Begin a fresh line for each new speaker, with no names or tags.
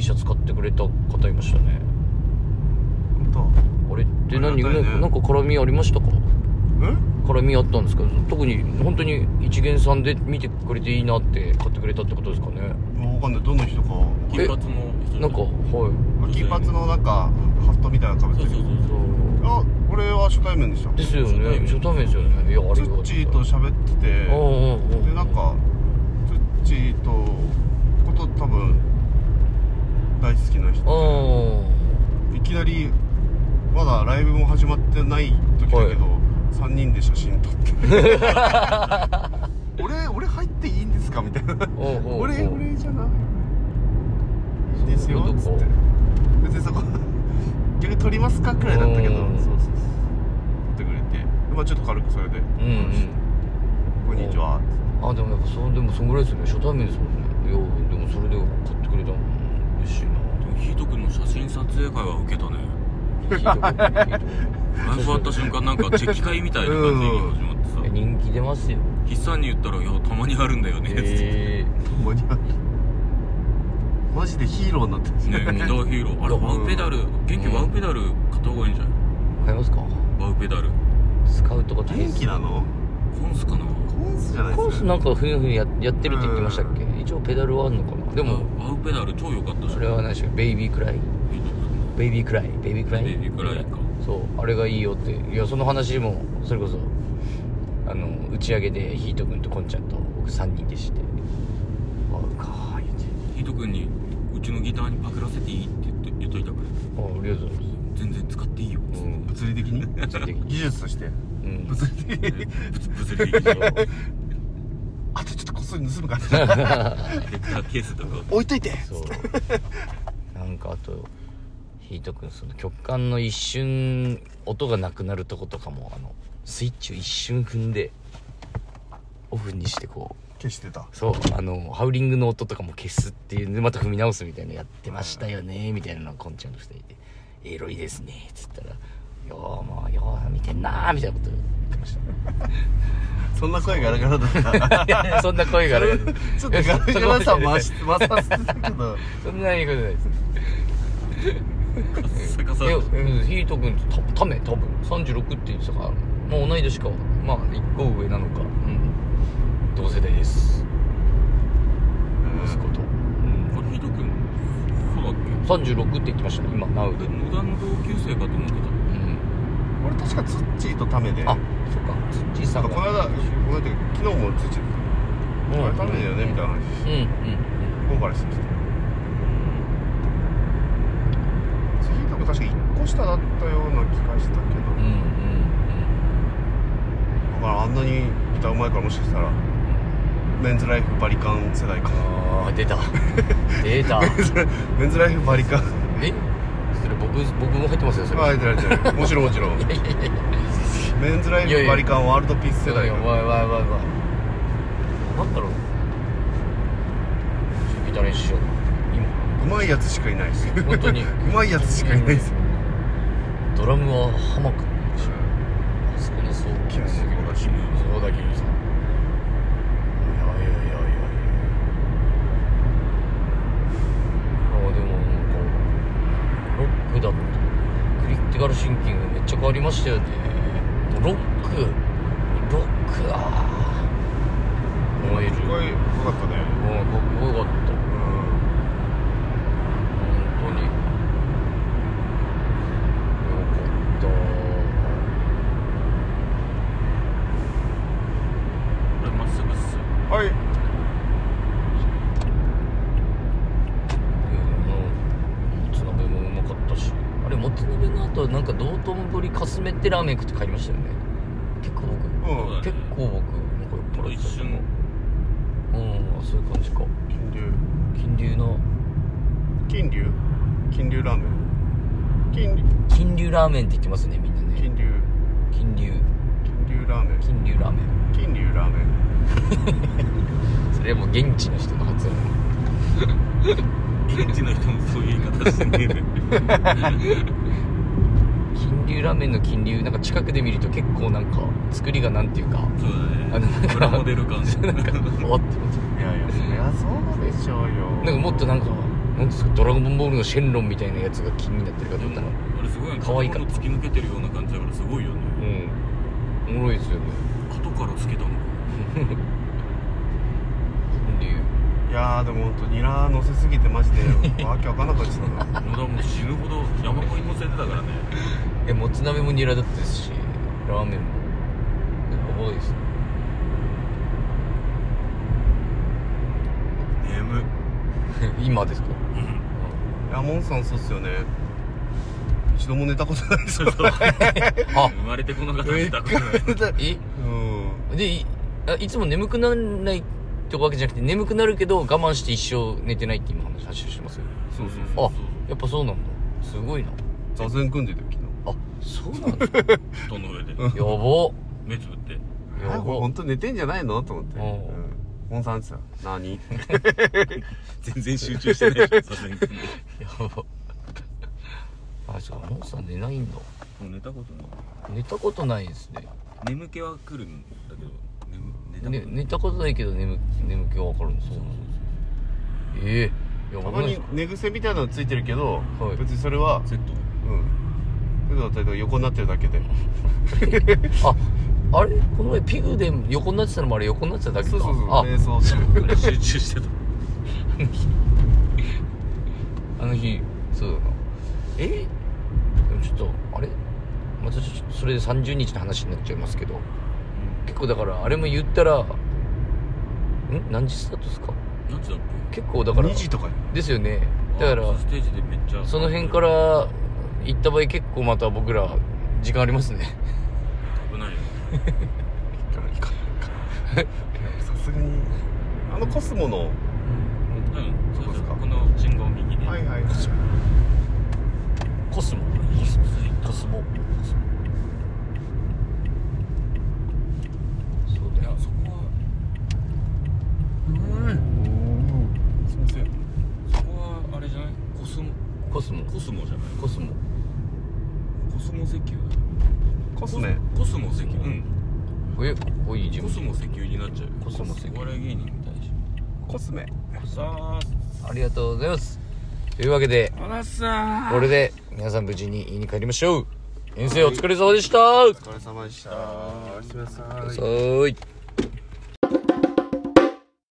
シャツ買ってくれた方いましたね
本
あれって何、
ありがたいね
なんか絡みありましたか
当うん
絡みあったんですけど特に本当に一元さんで見てくれていいなって買ってくれたってことですかね
わかんないどの人か
金髪の人
なんかはい
あ金髪のなんかハットみたいなのかぶっ
そ
て
う
る
そうそうそう
あこれは初対面でした
ですよね初対
初対
面
面
ですよねいやあ
ツ
りが
ッチーと
と
喋ってて
ううんうんうん
でなんかツッチーとこと多分大好きな人
う
いきなりまだライブも始まってない時だけど、3人で写真撮 って俺俺入っていいんですかみたいな
うん
俺俺じゃないいいです
そ
よ
ういうと
つ
こ
って別にそこ 逆に撮りますかくらいだったけど
うん
そうそうそう撮ってくれてまあちょっと軽くそれで
んうんうん
「こんにちは」
あでもやっぱそうでもそんぐらいですよね初対面ですもんねいやでもそれで買ってくれたの嬉しい な
でもヒート君の写真撮影会は受けたね
いいとこいいとこ
ライブ終わった瞬間なんかチェキ会みたいな感じに始まってさ
いや人気出ますよ
筆算に言ったら「いやたまにあるんだよね」って
え
「こんにちは」マジでヒーローになって る
ねミドーヒーローあれワウペダル元気ワウペダル買った方がいいんじゃない
ー、買いますか
ワウペダル
使うとか
元気なの
コンスかな
コンスじゃないですか
コースなんかふんふんややってるって言ってましたっけ一応ペダルはあるのかなでも
ワウペダル超良かったじゃ
そ
ん
れは何でしょうベイビークライ
ヒート君
ベイビークライベイビークライ
ベイビークライか
そうあれがいいよっていやその話もそれこそあの打ち上げでヒート君とコンちゃんと僕3人でして「わうか」言って
ヒート君に「うちのギターにパクらせていい?」って言って言っといたか
「
ら
あありがとうござい
「全然使っていいよ」
ます」うん
物理的 に
物理的に
技術として
うん
物理的に
物 理的にレ
あとちょっとこっそり盗むから
クターケースとか
置いといて
そうなんかあとヒート君その曲間の一瞬音がなくなるとことかもあのスイッチを一瞬踏んでオフにしてこう
消してた
そうあのハウリングの音とかも消すっていうんでまた踏み直すみたいなやってましたよねみたいなのをこんちゃんと二人で「エロいですね」っつったら「ようもうよう見てんな」みたいなこと言ってまし
そんな声ガラガラだった
たいやいやそんな声がある
ちょっとガラガラさ回し回させてたけ ど
そんなにことないです
逆さ
いや、うん、ヒート君とたため多分36って言ってたからまあ同い年かまあ1個上なのかうん同世代です息子と、うん、
これヒート君そうだっ
36って言ってましたね今ナウ
け
で、
俺野田の同級生かと思ってた
うん、
俺確かツッチーとタメで
あそっか小さ
なん
な
かこの間この間昨日もツッチーと
うん
あれタメだよねみたいな話
うんうん
向こうからしてきて次とか確か1個下だったような気がしたけど
うんうんうん
だからあんなに歌う前からもしかしたらメンズライフバリカン世 代か
ああ出 た出た
メンズライフバリカン
えそれ僕僕も入ってますよそれ
あ入ってられて るもちろんもちろん
いやいやいや
メンズライフバリカンワールドピース世代
わい
が
わいわいわいわいなんだろうギター練習しよう今
うまいやつしかいないです
本当にう
うまいやつしかいないです
ドラムは浜君あそこのそう
キム
そう
だ
だ
し
キムさんいやいやいやいやいやあでもなんかロックだってクリティカルシンキングめっちゃ変わりましたよねロックロックあー燃える
すごいよかったね
うん、かっこよかった
うん
本当によかった
これまっすぐっすよ
はい
うんもつ鍋もうまかったしあれもつ鍋の後なんか道頓堀かすめってラーメン食って帰りましたよね結構僕
うん
結構僕なんか酔っ
これ
払っ
一
てた
瞬
うんあそういう感じか金
金龍
龍の
金龍金龍ラーメン金龍
金龍ラーメンって言ってますねみんなね
金龍
金龍
金龍ラーメン
金龍ラーメン
金龍ラーメン
それはもう現地の人の発音
現地の人もそういう言い方してねえで
金龍ラーメンの金龍なんか近くで見ると結構なんか作りがなんていうか
そう
あの
だ
なん
ね
か
プラモ デル感
なんかおって思っちゃ
いやいやそりゃそうでしょうよ
うなんかもっとなんかなんですかドラゴンボールのシェンロンみたいなやつが気になってるかと思ったら
あれすごいよね
可愛いから
突き抜けてるような感じだからすごいよね
うんおもろいですよね
後からつけたのか
理由
いやーでもほんとニラ乗せすぎてマジ でわけわかんなかったですな
野田も死ぬほど山子に乗せてたからね
えもつ鍋もニラだったですしラーメンもやばいですね
眠 い
今ですか
いやモンさんそうっすよね一度も寝たことないですよ
あ
生まれてこの方にたくない
え
うん
でいあいつも眠くならないってわけじゃなくて眠くなるけど我慢して一生寝てないって今話話してますよ
そうそう
あやっぱそうなんだすごいな
そう座禅組んでたよ昨日
あそうなんだや
布団の上で
ば
目つぶって
や
あこれ
ば
本当寝てんじゃないのと思って、
うん
うん、モンさんってさ何
全然集中してないでしょさすがに
やばあそうかモンさん寝ないんだ
もう寝たことない
寝たことないですね
眠気は来るんだけど眠寝
ね寝
たことない
たことないけど眠眠気が分かるんですそうなんですええや
た
ばく
ま
ないで
に
すか
寝癖みたいなのついてるけど、
はい
別にそれは
セット
うんけど例えば横になってるだけで
ああれこの前ピグで横になってたのもあれ横になってただけか
そうそうそう
あ
瞑想してる
集中してた
あの日そうだなえでもちょっとあれまたちょっとそれで30日の話になっちゃいますけど結構だからあれも言ったらん何時スタートですか
何時だっ
結構だから
2時とかに
ですよね
け
だから
あステージでめっちゃ
その辺から行った場合結構また僕ら時間ありますね
危ないよ
さすがにあのコスモの
うんそう
どこ
そ
で
う
すか
この信号右で
はい
い
はい
コスモコスモそうだよ
やそこは
すいません
そこはあれじゃないコスモ
コスモ
コスモじゃない
コスモ
コスモ石油だ
コスメ
コスモ石油うん
えおいい自
コ
分
スモ石油になっちゃうよ
コスモ石油
お笑い芸人みたいでし
コスメ
ょさ
ありがとうございますというわけで
ああらさ
これで皆さん無事に家に帰りましょう遠征お疲れ様でした、
お疲れ様でしたおやすみなさ
はいーい